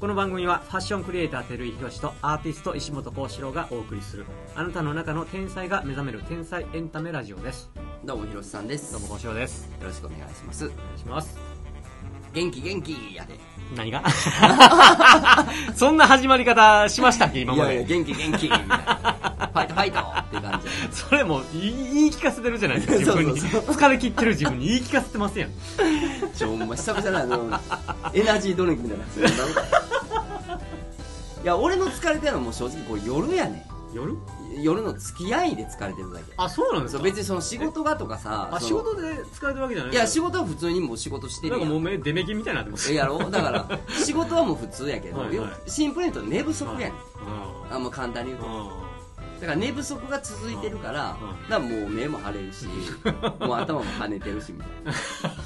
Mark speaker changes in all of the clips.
Speaker 1: この番組はファッションクリエイター照井宏とアーティスト石本幸四郎がお送りするあなたの中の天才が目覚める天才エンタメラジオです
Speaker 2: どうもひろしさんです
Speaker 1: どうも
Speaker 2: よ
Speaker 1: 幸四郎です
Speaker 2: ろしくお願いします
Speaker 1: お願いします
Speaker 2: 元気元気やで
Speaker 1: 何 がそんな始まり方しましたっけ今まで
Speaker 2: いやいや元気元気みたいなファイトファイトって感じ
Speaker 1: それもう言い言い聞かせてるじゃないですか自分に
Speaker 2: そうそ
Speaker 1: 疲れ切ってる自分に言い聞かせてますやん
Speaker 2: ちょほんま久々なあのエナジードリンクみたいなやつ飲んだいや俺の疲れてるのはもう正直これ夜やね
Speaker 1: 夜
Speaker 2: 夜の付き合いで疲れてるだけ
Speaker 1: あそうなんです
Speaker 2: そう
Speaker 1: か
Speaker 2: 別にその仕事がとかさ
Speaker 1: あ
Speaker 2: そ
Speaker 1: 仕
Speaker 2: の
Speaker 1: 事で疲れてるわけじゃない
Speaker 2: いや仕事は普通にもう仕事して
Speaker 1: なん
Speaker 2: る
Speaker 1: か
Speaker 2: や
Speaker 1: もうん目出目金みたいになってます
Speaker 2: えやろだから仕事はもう普通やけど、
Speaker 1: はいはい
Speaker 2: シンプルに言うと寝不足やねん、
Speaker 1: あ
Speaker 2: あもう簡単に言うとだから寝不足が続いてるから、
Speaker 1: うん
Speaker 2: だからもう目も腫れる しもう頭も跳ねてるしみたい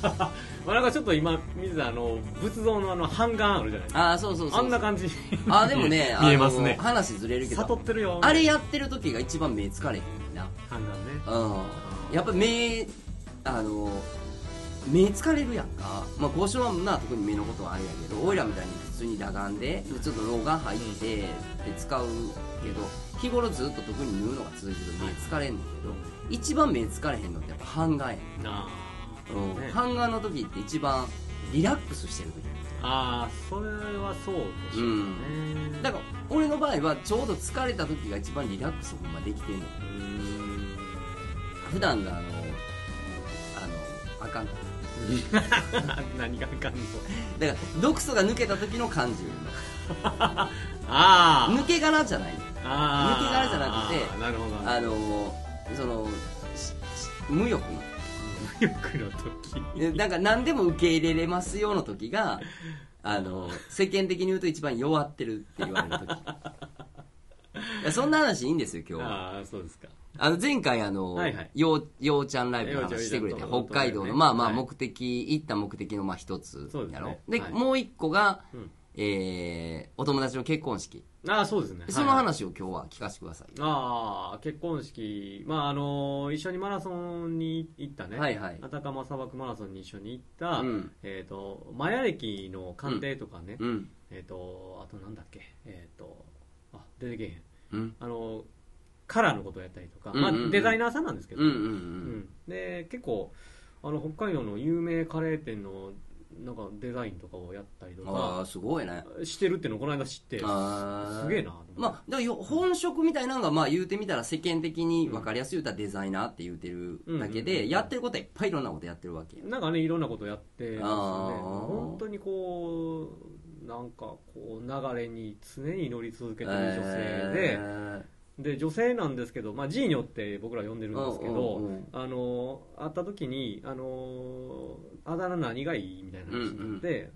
Speaker 1: あなんかちょっと今見てたあの仏像のあの半眼あるじゃないですか
Speaker 2: なああそうそうそう
Speaker 1: あんな感じ
Speaker 2: あでもね
Speaker 1: 見えますね
Speaker 2: あの話ずれるけ
Speaker 1: 悟っ
Speaker 2: ど
Speaker 1: てるよ
Speaker 2: あれやってる時が一番目疲れへんな
Speaker 1: 半眼ね
Speaker 2: うんやっぱ目あの目疲れるやんかまあ交渉はな特に目のことはあれやけどおいらみたいに普通に裸眼ででちょっと老眼入って、で使うけど日頃ずっと特に縫うのが続いてると目疲れんねんけど一番目疲れへんのってやっぱ半眼やねん
Speaker 1: な
Speaker 2: うん
Speaker 1: ね
Speaker 2: 半眼の時って一番リラックスしてる時
Speaker 1: ああーそれはそうでしょうね
Speaker 2: だから俺の場合はちょうど疲れた時が一番リラックスほんまできて
Speaker 1: う
Speaker 2: んの
Speaker 1: ーん
Speaker 2: 普段があのあのあかんだか
Speaker 1: 何があかんの
Speaker 2: ら毒素が抜けた時の感じよ
Speaker 1: あ
Speaker 2: 抜け殻じゃない
Speaker 1: ああ
Speaker 2: 抜け殻じゃなくて
Speaker 1: あーなるほど
Speaker 2: あのそのしし無欲の
Speaker 1: 無欲の時
Speaker 2: えなんか何でも受け入れれますよの時があの世間的に言うと一番弱ってるって言われる 時いやそんな話いいんですよ今日は
Speaker 1: ああそうですか
Speaker 2: あの前回あの、
Speaker 1: はいはい
Speaker 2: ようようちゃんライブの話してくれて
Speaker 1: ようちゃんようちゃん
Speaker 2: 北海道の、
Speaker 1: ね
Speaker 2: まあまあ
Speaker 1: はい
Speaker 2: 目的、行った目的のまあ一つ
Speaker 1: そうです
Speaker 2: や
Speaker 1: ね
Speaker 2: ろで,、
Speaker 1: はい
Speaker 2: もう一個が、
Speaker 1: うん
Speaker 2: えーお友達の結婚式
Speaker 1: ああそうですね
Speaker 2: その
Speaker 1: はい
Speaker 2: 話を今日は聞かせてください、
Speaker 1: ああ結婚式、まああの一緒にマラソンに行ったね、
Speaker 2: はいはい
Speaker 1: アタカマ砂漠マラソンに一緒に行った、
Speaker 2: うん
Speaker 1: えー、とマヤ歴の鑑定とかね、
Speaker 2: うん
Speaker 1: えー、とあとなんだっけ、えー、とあ出てけえへん
Speaker 2: うん
Speaker 1: あのカラーのことをやったりとか、
Speaker 2: うんうんうん
Speaker 1: まあ、デザイナーさんなんですけど、
Speaker 2: うんうんう
Speaker 1: うんんで結構あの北海道の有名カレー店のなんかデザインとかをやったりと
Speaker 2: ああ
Speaker 1: か
Speaker 2: すごいね
Speaker 1: してるっていうのをこの間知って
Speaker 2: あー
Speaker 1: すげえなと思って
Speaker 2: まあ、だからよ本職みたいなのがまあ言うてみたら世間的に分かりやすい言うたらデザイナーって言うてるだけ
Speaker 1: うんうん
Speaker 2: で、
Speaker 1: うん
Speaker 2: やってることはいっぱいいろんなことやってるわけよ
Speaker 1: なんかねいろんなことやってますよね
Speaker 2: あー
Speaker 1: 本当にこうなんかこう流れに常に乗り続けてる女性で、
Speaker 2: え
Speaker 1: で女性なんですけど、まあ、ジーニョって僕ら呼んでるんですけど、
Speaker 2: うんうんうん
Speaker 1: あの会った時にあのあだ名何がいいみたいな話になって、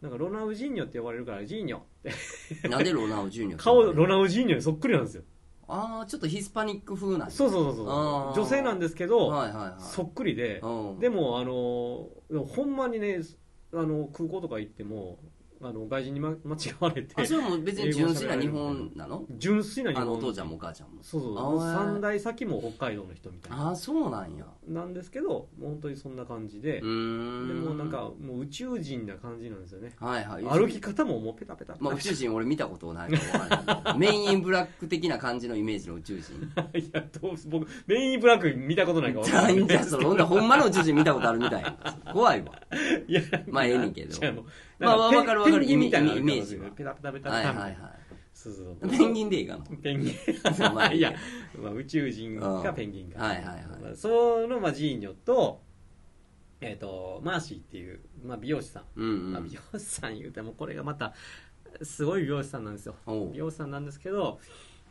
Speaker 1: なんかロナウジーニョって呼ばれるからジーニョって
Speaker 2: ーなんでロナウジュニア
Speaker 1: 顔ロナウジーニョにそっくりなんですよ
Speaker 2: ああちょっとヒスパニック風なんだ
Speaker 1: そうそうそうそう
Speaker 2: あー
Speaker 1: 女性なんですけど、
Speaker 2: はいはいはい
Speaker 1: そっくりで、
Speaker 2: うん
Speaker 1: でもあのでもほんまにねあの空港とか行ってもあの外人に、ま、 間違われて
Speaker 2: あそれも別に純粋な日本なの
Speaker 1: 純粋な日
Speaker 2: あ
Speaker 1: 本
Speaker 2: のお父ちゃんもお母ちゃんも
Speaker 1: そうそう
Speaker 2: あー
Speaker 1: もう三代先も北海道の人みたいな
Speaker 2: ああそうなんや
Speaker 1: なんですけどもう本当にそんな感じでで
Speaker 2: う、ーん
Speaker 1: もうなんかもう宇宙人な感じなんですよね
Speaker 2: はいはい
Speaker 1: 歩き方ももうペタペタ
Speaker 2: まあ、宇宙人俺見たことないからわからないメインインブラック的な感じのイメージの宇 宙人
Speaker 1: いやどう僕メインブラック見たことないから分
Speaker 2: な
Speaker 1: かん
Speaker 2: ん
Speaker 1: な
Speaker 2: じ
Speaker 1: い
Speaker 2: ゃそれほんならほんまの宇宙人見たことあるみたいな怖いわ
Speaker 1: いや
Speaker 2: まあええねんけど
Speaker 1: じゃあもう
Speaker 2: まあ
Speaker 1: なんペン
Speaker 2: わかるわかる
Speaker 1: ペンギンみたいな
Speaker 2: イメイメージは
Speaker 1: ペタペタペタペタ
Speaker 2: はいはい
Speaker 1: みた
Speaker 2: はいい
Speaker 1: なそうそうそう
Speaker 2: ペンギンでいいかな
Speaker 1: ペンギ
Speaker 2: そう まあ
Speaker 1: ンいや、 まあ、宇宙人
Speaker 2: う
Speaker 1: か
Speaker 2: ん
Speaker 1: ペンギンか、
Speaker 2: はいはいはい
Speaker 1: まあその、まあ、ジーニョと,、えー、とマーシーっていう、まあ、美容師さん、
Speaker 2: うんう
Speaker 1: まあ、
Speaker 2: ん
Speaker 1: 美容師さん言うてもこれがまたすごい美容師さんなんですよ
Speaker 2: おう
Speaker 1: 美容師さんなんですけど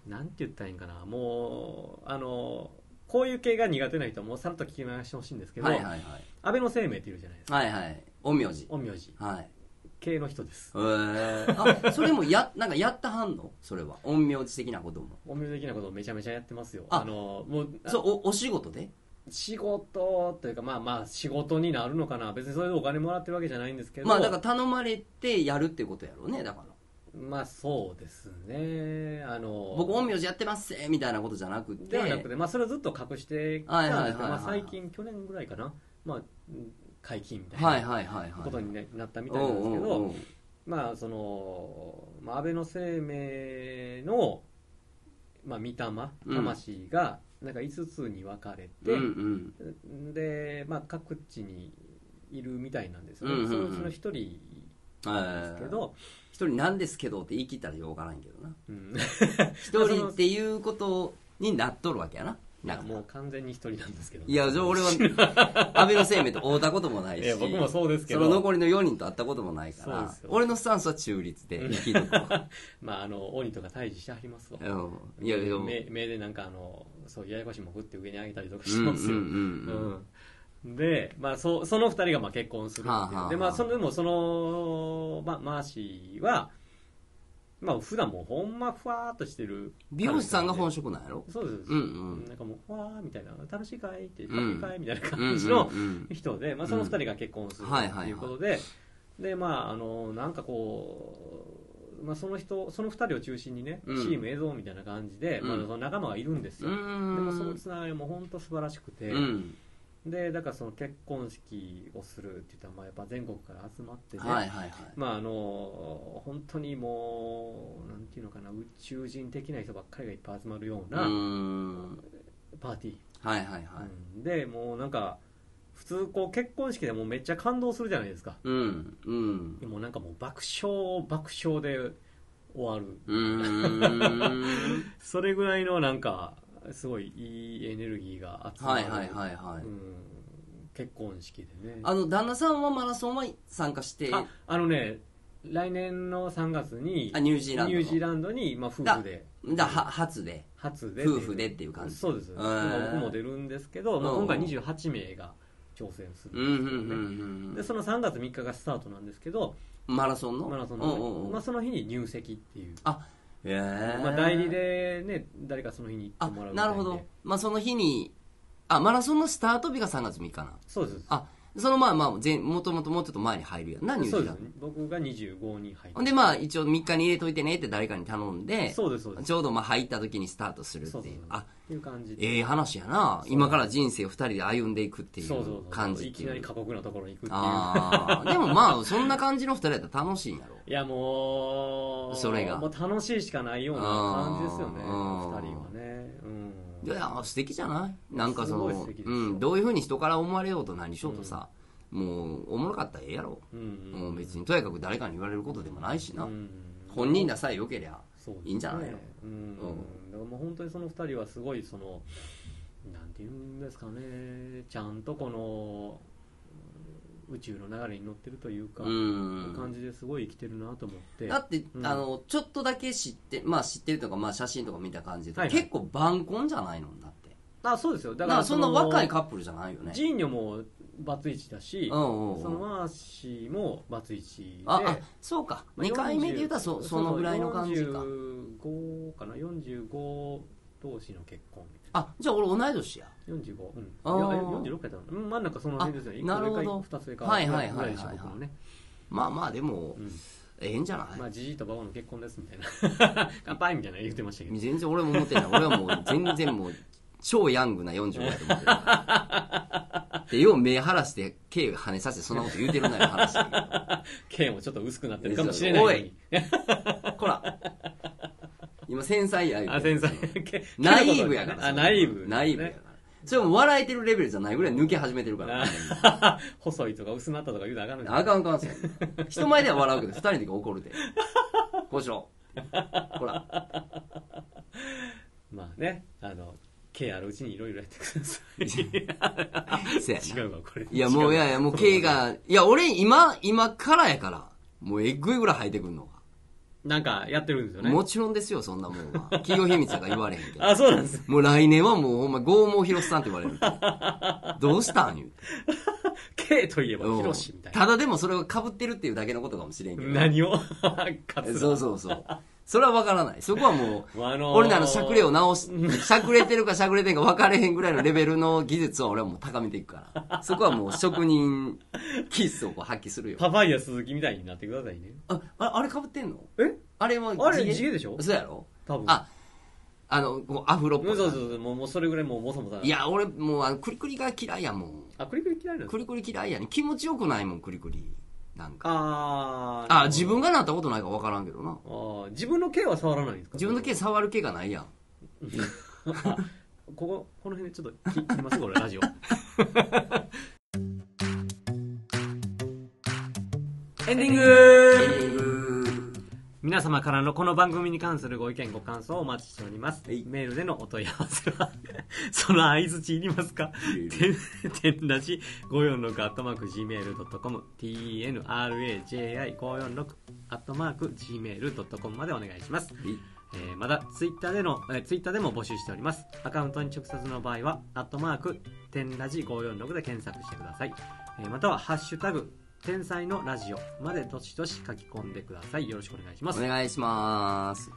Speaker 1: なんて言ったらいいんかなもうあのこういう系が苦手な人はもうさらっと聞き流してほしいんですけど、
Speaker 2: はいはいはい
Speaker 1: 安倍の生命っていうじゃないですか
Speaker 2: はいはい陰陽師
Speaker 1: 陰陽師
Speaker 2: はい
Speaker 1: 系の人です
Speaker 2: えー、あそれもやなんかやったはんのそれは陰陽師的なことも
Speaker 1: 陰陽師的なことをめちゃめちゃやってますよ
Speaker 2: あ
Speaker 1: あのもうあ
Speaker 2: そうおお仕事で
Speaker 1: 仕事というかまあまあ仕事になるのかな別にそれでお金もらってるわけじゃないんですけど
Speaker 2: まあだから頼まれてやるってことやろうねだから
Speaker 1: まあそうですねあの
Speaker 2: 僕陰陽師やってますみたいなことじゃなくて
Speaker 1: ではなくて、まあ、それをずっと隠してき
Speaker 2: はい
Speaker 1: たん
Speaker 2: は
Speaker 1: で
Speaker 2: いはい
Speaker 1: すけ
Speaker 2: は
Speaker 1: ど
Speaker 2: い
Speaker 1: まあ最近去年ぐらいかな、まあ、うん解禁みたい
Speaker 2: はい
Speaker 1: な
Speaker 2: はいはいはい
Speaker 1: ことにななったみたいなんですけど、
Speaker 2: おうおうおう
Speaker 1: まあその、まあ、安倍の生命の、まあ、御霊
Speaker 2: うん
Speaker 1: 魂がなんか5つに分かれて、
Speaker 2: うんうん
Speaker 1: で、まあ、各地にいるみたいなんですよね、
Speaker 2: うんうんうん
Speaker 1: そのうちの一人なんですけど、
Speaker 2: 一人なんですけどって言い切ったらようがないけどな
Speaker 1: うん、
Speaker 2: 一人っていうことになっとるわけやななんか
Speaker 1: もう完全に一人なんですけど、
Speaker 2: いやじゃあ俺は 安倍の生命と会うたこともない
Speaker 1: い
Speaker 2: し
Speaker 1: や僕もそうですけ
Speaker 2: そ
Speaker 1: ど
Speaker 2: の残りの4人と会ったこともないか
Speaker 1: そうで
Speaker 2: ら
Speaker 1: すよ
Speaker 2: 俺のスタンスは中立で生きるとか
Speaker 1: まあ、あの鬼とか退治してはりますわ、
Speaker 2: うんいや いや
Speaker 1: 目目でなんかあのそうややこしいもん振って上に上げたりとかし
Speaker 2: うんうん
Speaker 1: ますよ、
Speaker 2: うん
Speaker 1: うんで、まあ、そその二人がまあ結婚するっていう、
Speaker 2: はあはあはあ
Speaker 1: でまあ、そのでもその、まあ、マーシーは、まあ普段もうほんまふわーっとしてる
Speaker 2: 美容師さんが本職なんやろ
Speaker 1: そうです、
Speaker 2: うんうん
Speaker 1: なんかもうふわーみたいな楽しいかいって
Speaker 2: うん
Speaker 1: 楽しいかいみたいな
Speaker 2: うんう
Speaker 1: 感
Speaker 2: ん
Speaker 1: じ
Speaker 2: う
Speaker 1: の
Speaker 2: ん
Speaker 1: 人で、まあ、その二人が結婚する
Speaker 2: うんはいはいはい
Speaker 1: ということで、でまああのなんかこう、まあ、その人その二人を中心にね、
Speaker 2: うん
Speaker 1: チーム映像みたいな感じで、
Speaker 2: うん
Speaker 1: まあ、その仲間がいるんです
Speaker 2: う
Speaker 1: よ、でもその
Speaker 2: ん
Speaker 1: つながりも本当素晴らしくて、
Speaker 2: うん
Speaker 1: でだからその結婚式をするって言ったらまあやっぱ全国から集まってね、
Speaker 2: はいはいはい
Speaker 1: まああの本当にもうなんていうのかな宇宙人的な人ばっかりがいっぱい集まるよう
Speaker 2: う
Speaker 1: なんパーティー、
Speaker 2: はいはいはい
Speaker 1: うんでもうなんか普通こう結婚式でもうめっちゃ感動するじゃないですか
Speaker 2: うんうん
Speaker 1: もうなんかもう爆笑爆笑で終わる
Speaker 2: うーん
Speaker 1: それぐらいのなんかすごいいいエネルギーが集ま
Speaker 2: はい
Speaker 1: る、
Speaker 2: はいはいはい、
Speaker 1: うん、結婚式でね
Speaker 2: あの旦那さんはマラソンは参加して
Speaker 1: ああのね来年の3月に
Speaker 2: あニュージーランドの
Speaker 1: ニュージーランドに、まあ、夫婦で
Speaker 2: だは初で
Speaker 1: 初で
Speaker 2: 夫婦でっていう感じ
Speaker 1: そうです
Speaker 2: へー
Speaker 1: まあ僕も出るんですけど、まあ、
Speaker 2: うん
Speaker 1: 今回28名が挑戦す
Speaker 2: う
Speaker 1: る
Speaker 2: んうん
Speaker 1: んですよね、
Speaker 2: うん
Speaker 1: でその3月3日がスタートなんですけど
Speaker 2: うんマラソンの
Speaker 1: マラソン
Speaker 2: う
Speaker 1: の、
Speaker 2: んうんうん
Speaker 1: まあ、その日に入籍っていう、
Speaker 2: へえ
Speaker 1: まあ、代理でね誰かその日に行
Speaker 2: あ
Speaker 1: ってもらうみた
Speaker 2: ないる
Speaker 1: で
Speaker 2: ほどまあその日にあマラソンのスタート日が3月3日な
Speaker 1: そうです
Speaker 2: あそのまあまあ前もともともうちょっと前に入るやんなニュージ
Speaker 1: そう
Speaker 2: ー
Speaker 1: で
Speaker 2: ラ
Speaker 1: す
Speaker 2: ンド
Speaker 1: 僕が25に入って
Speaker 2: ほんでまあ一応3日に入れといてねって誰かに頼んで
Speaker 1: そうですそうです
Speaker 2: ちょうどまあ入った時にスタートするって
Speaker 1: そうそう
Speaker 2: い
Speaker 1: そう
Speaker 2: うあ
Speaker 1: っていう感じで
Speaker 2: ええ話やな
Speaker 1: そう
Speaker 2: 今から人生を2人で歩んでいくってい
Speaker 1: そうそうそう
Speaker 2: う感じ
Speaker 1: い
Speaker 2: って
Speaker 1: き
Speaker 2: いう
Speaker 1: なり過酷なところに行くっていう
Speaker 2: ああでもまあそんな感じの2人やったら楽しいんやろ
Speaker 1: いやもう
Speaker 2: それが
Speaker 1: もう楽しいしかないような感じですよね二
Speaker 2: うん
Speaker 1: 人はねうん
Speaker 2: いや素敵じゃないなんかそ
Speaker 1: すごい
Speaker 2: の
Speaker 1: 素敵です
Speaker 2: う
Speaker 1: よ
Speaker 2: ん、どういうふうに人から思われようと何しようとさ、もうおもろかったらええやろ、
Speaker 1: うんうん
Speaker 2: もう別にとやかく誰かに言われることでもないし
Speaker 1: う
Speaker 2: な、
Speaker 1: ん
Speaker 2: 本人がさえよけりゃ
Speaker 1: そうですね
Speaker 2: いいんじゃないの
Speaker 1: うん、
Speaker 2: う
Speaker 1: でももう本当にその二人はすごいそのなんていうんですかねちゃんとこのうん宇宙の流れに乗ってるというか、
Speaker 2: う
Speaker 1: 感
Speaker 2: ん
Speaker 1: じですごい生きてるなと思って
Speaker 2: だって、
Speaker 1: うん
Speaker 2: あのちょっとだけ知ってまあ知ってるとか、まあ、写真とか見た感じで、
Speaker 1: はいはい
Speaker 2: 結構晩婚じゃないのだって
Speaker 1: あそうですよだか
Speaker 2: だかららそんな若い
Speaker 1: か
Speaker 2: カップルじゃないよね
Speaker 1: ジーニョもバツイチだし、
Speaker 2: うんうんうん
Speaker 1: そのマーシーもバツイチで
Speaker 2: ああそうか
Speaker 1: まあ
Speaker 2: 2回目で言うたら
Speaker 1: 40
Speaker 2: そそのぐらいの感じ
Speaker 1: そう
Speaker 2: か
Speaker 1: そう45かな45同士の結婚みたいな
Speaker 2: あじゃあ俺同い年や
Speaker 1: 45うん
Speaker 2: あー
Speaker 1: いやえ46やったのうん真ん中その辺ですよね
Speaker 2: あなるほど
Speaker 1: 2つ上か
Speaker 2: はいはいはいはい
Speaker 1: ぐらいでした僕のね、
Speaker 2: まあまあでも、
Speaker 1: うん
Speaker 2: ええんじゃない、
Speaker 1: まあじじいとばばの結婚ですみたいな乾杯みたいな言ってましたけど
Speaker 2: 全然俺も思ってない俺はもう全然もう超ヤングな45やと思ってるでよう目晴らして毛跳ねさせてそんなこと言うてるなよ話だけ
Speaker 1: 毛もちょっと薄くなってるかもしれないのに
Speaker 2: どこら今繊細や言うて
Speaker 1: あ繊細 毛
Speaker 2: ナイーブやから
Speaker 1: あナイーブ
Speaker 2: ナイーブやからそれも笑えてるレベルじゃないぐらい抜け始めてるから
Speaker 1: あ細いとか薄なったとか言うたらあかんの
Speaker 2: あかんあかんっすよ人前では笑うけど二人で怒るでこうしろほら
Speaker 1: まあねあの毛あるうちにいろいろやってください
Speaker 2: せやな
Speaker 1: 違うわこれ
Speaker 2: いや、もう、いやいや、もう、毛が、いや、俺、今、今からやから、もう、えぐいぐらい生えてくるの
Speaker 1: なんかやってるんですよ
Speaker 2: が。
Speaker 1: ね
Speaker 2: もちろんですよ、そんなもんは。企業秘密だから言われへんけど。
Speaker 1: あそうなんです
Speaker 2: もう来年はもう、ほんま、剛毛広瀬さんって言われる。どうしたん言うて。
Speaker 1: K といえば
Speaker 2: うん
Speaker 1: 広しみたいな
Speaker 2: ただでもそれを被ってるっていうだけのことかもしれんけど。
Speaker 1: 何を かつ
Speaker 2: そうそうそう。それは分からない。そこはもう、
Speaker 1: もうあのー
Speaker 2: 俺らのしゃくれを直し、しゃくれてるかしゃくれてんか分かれへんぐらいのレベルの技術は俺はもう高めていくから。そこはもう職人気質をこう発揮す るよ。
Speaker 1: パパイヤ鈴木みたいになってくださいね
Speaker 2: あ、あれ、あれ被ってんの
Speaker 1: え
Speaker 2: あれは
Speaker 1: あれ地毛でしょ
Speaker 2: そうやろ
Speaker 1: 多分
Speaker 2: あ、あの、こうアフロっぽ
Speaker 1: そう
Speaker 2: い。
Speaker 1: そうそうもうもうそれぐらいもうもさもさ
Speaker 2: いや、俺、もう、あの、クリクリが嫌いやもん。
Speaker 1: あクリクリ嫌いなんです
Speaker 2: クリクリ嫌いやねん気持ちよくないもん、クリクリ。なんか
Speaker 1: あー
Speaker 2: あ自分がなったことないか分からんけどな
Speaker 1: あー自分の毛は触らないんですか
Speaker 2: 自分の毛触る毛がないやん
Speaker 1: あこここの辺でちょっと切切りますこれラジオ エンディング皆様からのこの番組に関するご意見ご感想をお待ちしております、
Speaker 2: はい
Speaker 1: メールでのお問い合わせは その相づちいりますかてんらし546アットマーク Gmail.com tnraji546 アットマーク Gmail.com までお願いしますえーまたツイッターでの、えーツイッターでも募集しておりますアカウントに直接の場合は「アットマーク天ラジ546」で検索してください、えーまたは「ハッシュタグ天才のラジオ」までどしどし書き込んでくださいよろしくお願いします
Speaker 2: お願いします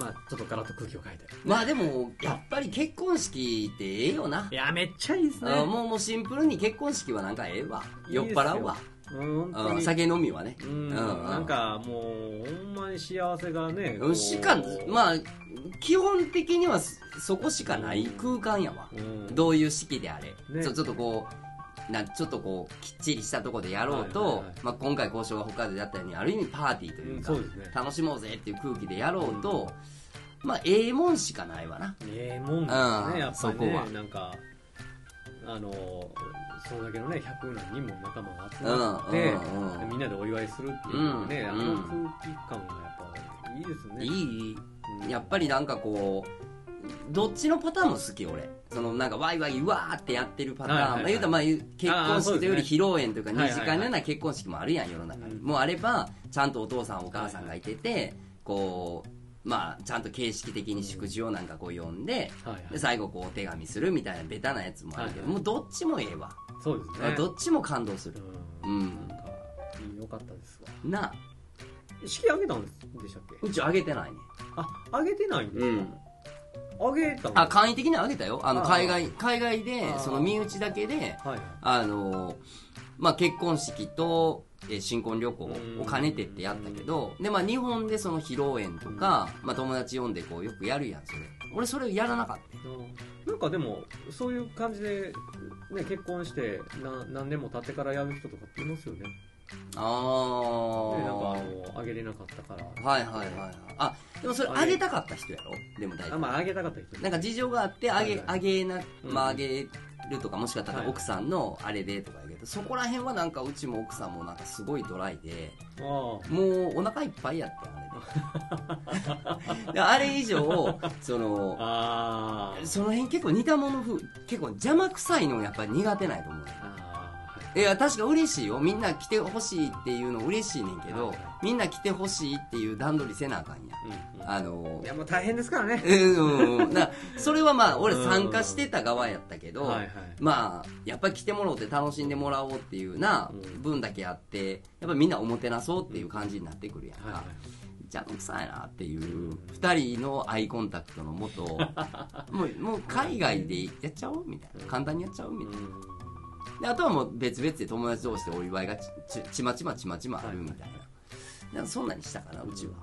Speaker 1: まあちょっとガラッと空気を変えて
Speaker 2: まあでもやっぱり結婚式ってええよない
Speaker 1: やめっちゃいいですね
Speaker 2: あもうもうシンプルに結婚式はなんかええわ
Speaker 1: いい
Speaker 2: 酔っ
Speaker 1: ですよ
Speaker 2: 払うわ
Speaker 1: うん本当
Speaker 2: うん
Speaker 1: に
Speaker 2: 酒飲みはね
Speaker 1: うんなんかもうほんまに幸せがね
Speaker 2: うんしか
Speaker 1: あ
Speaker 2: まあ基本的にはそそこしかない空間やわどういう式であれ、
Speaker 1: ね
Speaker 2: ちょちょっとこうなちょっとこうきっちりしたとこでやろうと、
Speaker 1: はいはいはい
Speaker 2: まあ、今回交渉が北海道であったようにある意味パーティーというか、
Speaker 1: そうですね
Speaker 2: 楽しもうぜっていう空気でやろうと、まあええもんしかないわな
Speaker 1: ええもんですね
Speaker 2: うん
Speaker 1: やっぱり
Speaker 2: そこ
Speaker 1: ね
Speaker 2: は
Speaker 1: なんかあのそれだけのね100何人も仲間が集
Speaker 2: うん
Speaker 1: まって、
Speaker 2: うんうん
Speaker 1: みんなでお祝いするっていうのはね、
Speaker 2: うん
Speaker 1: あの空気感がやっぱいいですね
Speaker 2: いい
Speaker 1: うん
Speaker 2: やっぱりなんかこうどっちのパターンも好き俺そのなんかワイワイうわーってやってるパターン、
Speaker 1: はいはいはい
Speaker 2: まあ、言うたらまあ結
Speaker 1: あー
Speaker 2: 婚
Speaker 1: そうです
Speaker 2: 式と
Speaker 1: ね
Speaker 2: いうより披露宴というか
Speaker 1: はいは
Speaker 2: 二
Speaker 1: いはい
Speaker 2: 次会のような結婚式もあるやん世の中に、
Speaker 1: うん
Speaker 2: もうあればちゃんとお父さんお母さんがいてて、こうまあちゃんと形式的に祝辞をなんかこう読んで
Speaker 1: はいは
Speaker 2: で
Speaker 1: い、
Speaker 2: 最後こうお手紙するみたいなベタなやつもあるけど、
Speaker 1: はいはい
Speaker 2: もうどっちもええわ、
Speaker 1: そうですね
Speaker 2: どっちも感動する
Speaker 1: う
Speaker 2: うんん
Speaker 1: なんか良かったですわ
Speaker 2: なあ
Speaker 1: 式あげたんでしたっけ
Speaker 2: うちあげてないね
Speaker 1: ああげてないんですか、あげたの
Speaker 2: あ簡易的にはあげたよあの
Speaker 1: あー
Speaker 2: 海外海外
Speaker 1: あ
Speaker 2: で
Speaker 1: ー
Speaker 2: その身内だけで
Speaker 1: はいはい
Speaker 2: あのまあ、結婚式と、えー新婚旅行
Speaker 1: うん
Speaker 2: を兼ねてってやったけど、でまあ、日本でその披露宴とか、まあ、友達呼んでこうよくやるやんそれ俺それやらなかった
Speaker 1: なんかでもそういう感じで、ね、結婚してな何年も経ってからやる人とかっていますよね
Speaker 2: ああ、
Speaker 1: ね、なんかあのあげれなかったから
Speaker 2: はいはいはいはいあでもそれあげたかった人やろでも大
Speaker 1: あ
Speaker 2: 体
Speaker 1: まああげたかった人
Speaker 2: なんか事情があってあ
Speaker 1: はい
Speaker 2: げ,、
Speaker 1: はい
Speaker 2: あげな
Speaker 1: うん
Speaker 2: まああげるとかもしかした
Speaker 1: は
Speaker 2: ら
Speaker 1: い
Speaker 2: 奥さんのあれでとかやけど、そこら辺はなんかうちも奥さんもなんかすごいドライで
Speaker 1: あ
Speaker 2: もうお腹いっぱいやったよあれでであれ以上その
Speaker 1: ああー
Speaker 2: その辺結構似たもの風結構邪魔くさいのやっぱり苦手ないと思う
Speaker 1: あ
Speaker 2: いや確か嬉しいよみんな来てほしいっていうの嬉しいねんけど、
Speaker 1: はいは
Speaker 2: みんな来てほしいっていう段取りせなあかんや
Speaker 1: ーうんうん
Speaker 2: あの
Speaker 1: いやもう大変ですからね
Speaker 2: うんなそれはまあ俺
Speaker 1: うん
Speaker 2: 参加してた側やったけど、
Speaker 1: はいはい
Speaker 2: まあやっぱり来てもらおうって楽しんでもらおうっていうな
Speaker 1: うん
Speaker 2: 分だけあってやっぱみんなおもてなそうっていう感じになってくるやんか、
Speaker 1: はいはい
Speaker 2: 邪魔くさいなっていう2人のアイコンタクトのもと もうもう海外でやっちゃおうみたいな簡単にやっちゃおうみたい
Speaker 1: うん
Speaker 2: なであとはもう別々で友達同士でお祝いがちちちまちまちまちまあるみたいな,、なんかそんなにしたかなうちは、
Speaker 1: ね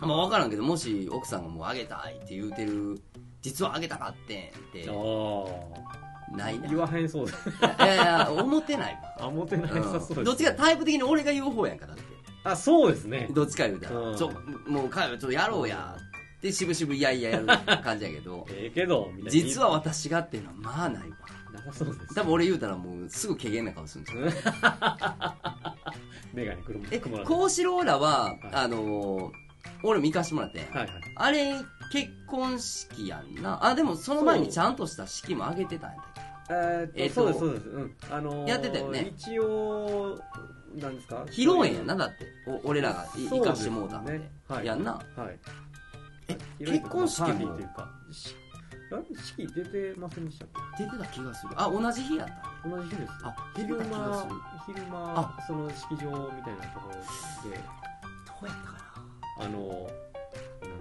Speaker 2: まあ、分からんけどもし奥さんがもうあげたいって言うてる実はあげたかってんって
Speaker 1: あ
Speaker 2: ない
Speaker 1: あ
Speaker 2: な
Speaker 1: 言わへんそうだ
Speaker 2: いやいや思ってないわ
Speaker 1: あモテな
Speaker 2: う
Speaker 1: いさ そうです、
Speaker 2: んどっちかタイプ的に俺が言う方やんかだって
Speaker 1: あそうですね
Speaker 2: どっちか言うたら、
Speaker 1: うん
Speaker 2: ちょもう彼はちょっとやろうやってしぶしぶいやいややる感じやけど
Speaker 1: ええけどみたいな
Speaker 2: 実は私がっていうのはまあないわ
Speaker 1: なさそうです
Speaker 2: 多分俺言うたらもうすぐ軽減な顔するんですよ
Speaker 1: メガネくる
Speaker 2: え
Speaker 1: 曇らない
Speaker 2: 幸四郎らは、
Speaker 1: い
Speaker 2: あのー俺も行かしてもらってん、
Speaker 1: はいはい
Speaker 2: あれ結婚式やんなあでもその前にちゃんとした式も挙げてたんやったっ
Speaker 1: え
Speaker 2: え
Speaker 1: ー
Speaker 2: っ
Speaker 1: っ
Speaker 2: と
Speaker 1: とそうですそうですうんあのー
Speaker 2: やってたよね
Speaker 1: 一応なんですか
Speaker 2: け披露宴やんなだってお俺らがい
Speaker 1: そうです
Speaker 2: 行
Speaker 1: ね
Speaker 2: かしてもうたんで
Speaker 1: はい
Speaker 2: やんな
Speaker 1: はい
Speaker 2: 結婚式も
Speaker 1: パーティーというかしあ式出てませんでしたっ
Speaker 2: 出てた気がするあ同じ日やった
Speaker 1: け同じ日です
Speaker 2: あ出て
Speaker 1: 昼
Speaker 2: た気がする
Speaker 1: 間昼間その式場みたいなところで
Speaker 2: どうやったかな
Speaker 1: あのなんで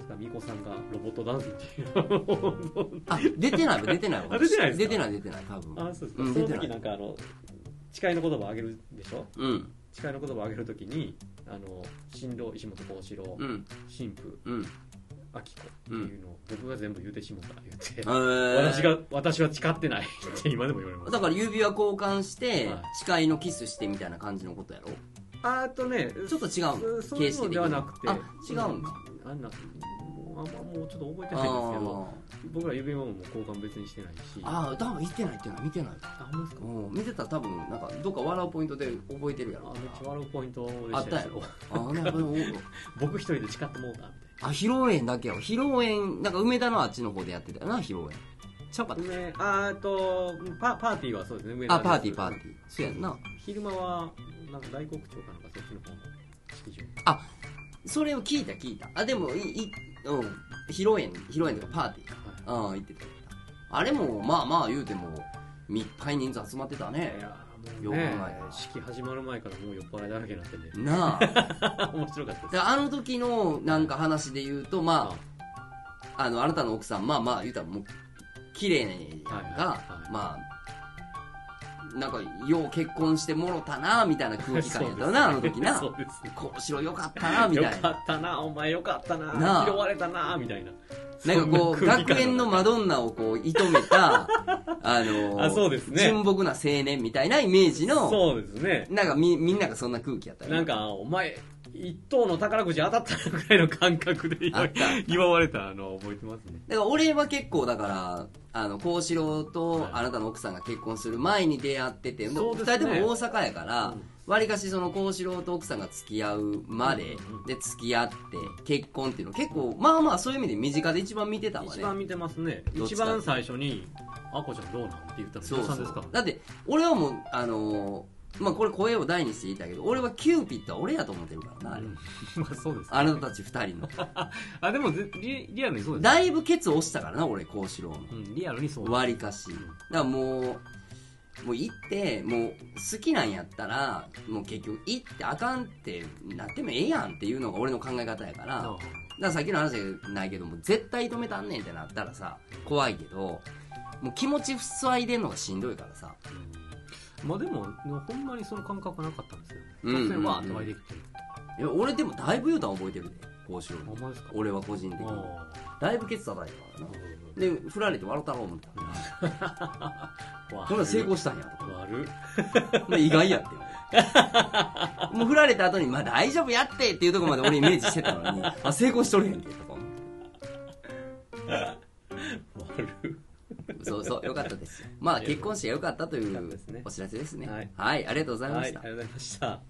Speaker 1: すか巫女さんがロボットダンスってい う
Speaker 2: あ、出てないわ、出てないわ。
Speaker 1: あ出てないですか
Speaker 2: 出てない、出てない、多分。
Speaker 1: あそうですか、
Speaker 2: うん
Speaker 1: その
Speaker 2: 出て
Speaker 1: 時
Speaker 2: な
Speaker 1: ないんかあの誓いの言葉をあげるでしょ
Speaker 2: うん、
Speaker 1: 誓いの言葉をあげるときにあの新郎石本幸四郎
Speaker 2: うん、
Speaker 1: 新婦
Speaker 2: うん。
Speaker 1: 明き子っていうのを僕が全部言うてしもうから言って、私
Speaker 2: 私
Speaker 1: が私は誓ってない って今でも言われます
Speaker 2: だから指輪交換して
Speaker 1: はい
Speaker 2: 誓いのキスしてみたいな感じのことやろ
Speaker 1: あーとね
Speaker 2: ちょっと違うの
Speaker 1: そういうのではなくて
Speaker 2: あ違うんだ
Speaker 1: あんなもうあんまもうちょっと覚えてないんで
Speaker 2: あ
Speaker 1: すけど
Speaker 2: ー
Speaker 1: 僕ら指輪ももう交換別にしてないし
Speaker 2: あー多分見てないっていうのは見てない
Speaker 1: あほんまですか
Speaker 2: うん見てたら多分なんかどっか笑うポイントで覚えてるや
Speaker 1: あ
Speaker 2: ろ
Speaker 1: めっちゃ笑うポイントで
Speaker 2: あ
Speaker 1: し
Speaker 2: った
Speaker 1: た
Speaker 2: や
Speaker 1: け
Speaker 2: ろ
Speaker 1: ど
Speaker 2: あーなんかでも
Speaker 1: 僕一人で誓ってもうたみたい
Speaker 2: あ披露宴だけよ披露宴なんか梅田のあっちの方でやってたよな披露宴ちゃうかっ
Speaker 1: なねあーとパパーティーはそうですね上
Speaker 2: た
Speaker 1: の
Speaker 2: あパーティーパー
Speaker 1: ティー
Speaker 2: ティーそうやんな
Speaker 1: 昼間はなんか大黒町かなんかそっちの方の式場
Speaker 2: それを聞いた聞いたあでもいいうん披露宴披露宴とかパーティーかうん行ってた行ってたあれもまあまあ言うてもいっぱい人数集まってたね
Speaker 1: いや
Speaker 2: よ
Speaker 1: もう
Speaker 2: く考
Speaker 1: ね
Speaker 2: えたら
Speaker 1: 式始まる前からもう酔っ払いだらけになってね
Speaker 2: なあだか
Speaker 1: 面白かったです
Speaker 2: らあの時のなんか話で言うとまああのあなたの奥さんまあまあ言うたらもう綺麗やんか、
Speaker 1: はいはいはい
Speaker 2: まあなんかよう結婚してもろたなみたいな空気感やったよな、あ
Speaker 1: そ
Speaker 2: の
Speaker 1: うですね
Speaker 2: 時な
Speaker 1: そうですね
Speaker 2: こうしろよかったなみた
Speaker 1: よ
Speaker 2: い
Speaker 1: か
Speaker 2: な
Speaker 1: ったなお前よかったな
Speaker 2: なあ
Speaker 1: 拾われたなみたいな
Speaker 2: なんかこう
Speaker 1: そんな空気
Speaker 2: 学
Speaker 1: 感
Speaker 2: 園のマドンナをこう射止め たあの
Speaker 1: あそうですね
Speaker 2: 純朴な青年みたいなイメージの
Speaker 1: そうですね
Speaker 2: なんかみみんながそんな空気やったよ
Speaker 1: なんかお前一等の宝くじ当たったぐらいの感覚で
Speaker 2: あ
Speaker 1: 祝い
Speaker 2: った
Speaker 1: 祝われたのを覚えてますね
Speaker 2: だから俺は結構だからあの幸四郎と
Speaker 1: はい
Speaker 2: あなたの奥さんが結婚する前に出会ってて、で
Speaker 1: そう
Speaker 2: 2
Speaker 1: ですね
Speaker 2: 人とも大阪やから
Speaker 1: うん
Speaker 2: わり、かしその幸四郎と奥さんが付き合うまで、
Speaker 1: うんうん
Speaker 2: で付き合って結婚っていうの結構まあまあそういう意味で身近で一番見てたわ
Speaker 1: 一
Speaker 2: ね
Speaker 1: 番見てますね
Speaker 2: どっち
Speaker 1: 一
Speaker 2: か
Speaker 1: 番最初に「あこちゃんどうなん?」って言ったの伊
Speaker 2: そう
Speaker 1: 藤
Speaker 2: そ
Speaker 1: さ
Speaker 2: うん
Speaker 1: ですから
Speaker 2: だって俺はもうあのーまあこれ声を大にして言いたいけど俺はキューピッドは俺やと思ってるからなあれ、
Speaker 1: うんまあそうですね
Speaker 2: あなたたち2人の
Speaker 1: あでもぜリリアルにそうです
Speaker 2: だいぶケツ押したからな俺幸四郎の
Speaker 1: うんリアルにそうです
Speaker 2: 割りかしだからもうもう行ってもう好きなんやったらもう結局行ってあかんってなってもええやんっていうのが俺の考え方やからだか
Speaker 1: あ
Speaker 2: らさっきの話じゃないけどもう絶対止めたんねんってなったらさ怖いけどもう気持ち塞いでんのがしんどいからさ
Speaker 1: うんまあでもほんまにその感覚なかったんですよ
Speaker 2: うん
Speaker 1: 突然わーって湧いてきて
Speaker 2: いや俺でもだいぶ言うたん覚えてるでこうしろ
Speaker 1: ほんまですか
Speaker 2: 俺は個人的に
Speaker 1: あ
Speaker 2: だいぶケツ叩いたからな
Speaker 1: ー
Speaker 2: で振られて笑ったろう思った
Speaker 1: わー
Speaker 2: ほら成功したんやと
Speaker 1: 悪っ
Speaker 2: まあ意外やって俺もう振られた後に、まあ大丈夫やってっていうところまで俺イメージしてたの に、あ、成功しとるやんけ、とか思って
Speaker 1: 悪っ
Speaker 2: そうそう、よかったですよ。まあ結婚してよかったとい
Speaker 1: よかった
Speaker 2: う
Speaker 1: ですね
Speaker 2: お知らせですね。
Speaker 1: はい
Speaker 2: はい、ありがとうございま
Speaker 1: はいあ
Speaker 2: し
Speaker 1: り
Speaker 2: た
Speaker 1: が。とうございました